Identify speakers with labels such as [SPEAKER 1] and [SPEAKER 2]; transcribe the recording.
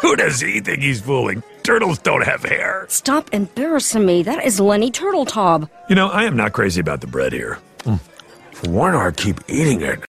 [SPEAKER 1] Who does he think he's fooling? Turtles don't have hair.
[SPEAKER 2] Stop embarrassing me. That is Lenny Turtletaub.
[SPEAKER 1] You know, I am not crazy about the bread here. Mm. Why do I keep eating it?